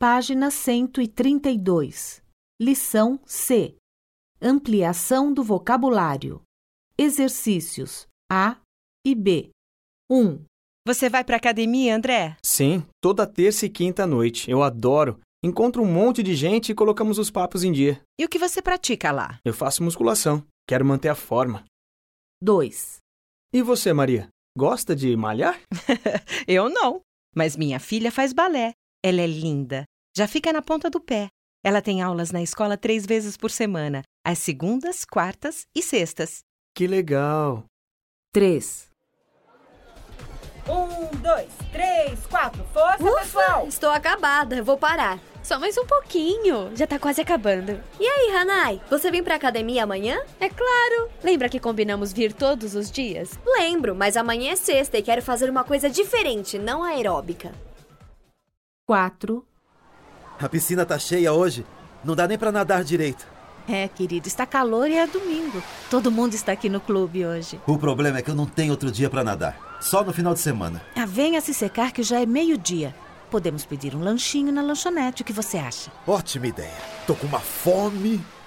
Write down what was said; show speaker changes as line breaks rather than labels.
Página 132. Lição C. Ampliação do vocabulário. Exercícios A e B. 1,
Você vai pra academia, André?
Sim, toda terça e quinta à noite. Eu adoro. Encontro um monte de gente e colocamos os papos em dia.
E o que você pratica lá?
Eu faço musculação. Quero manter a forma.
2,
E você, Maria? Gosta de malhar?
Eu não. Mas minha filha faz balé. Ela é linda. Já fica na ponta do pé. Ela tem aulas na escola três vezes por semana, às segundas, quartas e sextas.
Que legal.
3,
Um, dois, três, quatro. Força, pessoal!
Estou acabada, vou parar.
Só mais um pouquinho, já tá quase acabando.
E aí, Hanai, você vem pra academia amanhã?
É claro! Lembra que combinamos vir todos os dias?
Lembro, mas amanhã é sexta e quero fazer uma coisa diferente, não aeróbica.
4,
A piscina tá cheia hoje. Não dá nem pra nadar direito.
É, querido, está calor e é domingo. Todo mundo está aqui no clube hoje.
O problema é que eu não tenho outro dia pra nadar. Só no final de semana.
Ah, venha se secar que já é meio-dia. Podemos pedir um lanchinho na lanchonete, o que você acha?
Ótima ideia. Tô com uma fome.